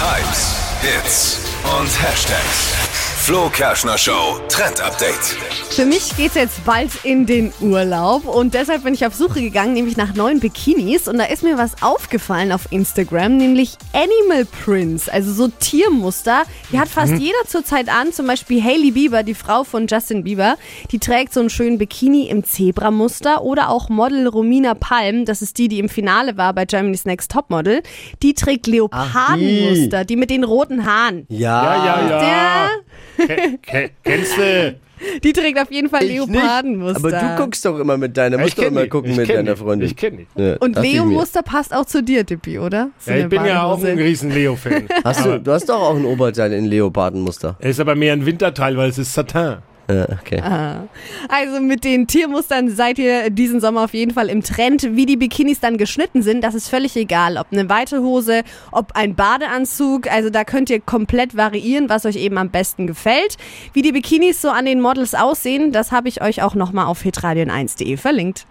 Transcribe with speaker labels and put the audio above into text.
Speaker 1: Hypes, Hits und Hashtags. Flo Kerschner Show Trend Update.
Speaker 2: Für mich geht's jetzt bald in den Urlaub und deshalb bin ich auf Suche gegangen, nämlich nach neuen Bikinis und da ist mir was aufgefallen auf Instagram, nämlich Animal Prints, also so Tiermuster. Die hat
Speaker 3: Mhm.
Speaker 2: fast jeder zurzeit an, zum Beispiel Hailey Bieber, die Frau von Justin Bieber, die trägt so einen schönen Bikini im Zebramuster oder auch Model Romina Palm, das ist die, die im Finale war bei Germany's Next Topmodel, die trägt Leopardenmuster, die. mit den roten Haaren.
Speaker 4: Ah, Ja, ja, ja.
Speaker 2: Der
Speaker 4: Ke- ke- Kennst du?
Speaker 2: Die trägt auf jeden Fall
Speaker 3: Ich nicht.
Speaker 2: Leopardenmuster.
Speaker 3: Aber du guckst doch immer mit deiner, musst doch
Speaker 4: kenn
Speaker 3: immer
Speaker 4: die.
Speaker 3: gucken
Speaker 4: Ich
Speaker 3: mit
Speaker 4: kenn
Speaker 3: deiner
Speaker 4: die.
Speaker 3: Freundin.
Speaker 4: Ich kenne die.
Speaker 3: Ja,
Speaker 2: Und
Speaker 3: dachte ich mir.
Speaker 2: Leo-Muster passt auch zu dir, Dippi, oder? So
Speaker 4: Ja,
Speaker 2: eine
Speaker 4: ich bin ja auch
Speaker 2: Badehose.
Speaker 4: ein riesen Leo-Fan.
Speaker 3: Hast du,
Speaker 4: Aber
Speaker 3: du hast doch auch ein Oberteil in Leopardenmuster.
Speaker 4: Er ist aber mehr ein Winterteil, weil es ist Satin.
Speaker 3: Ja, okay.
Speaker 2: Also mit den Tiermustern seid ihr diesen Sommer auf jeden Fall im Trend. Wie die Bikinis dann geschnitten sind, das ist völlig egal. Ob eine weite Hose, ob ein Badeanzug. Also da könnt ihr komplett variieren, was euch eben am besten gefällt. Wie die Bikinis so an den Models aussehen, das habe ich euch auch nochmal auf hitradion1.de verlinkt.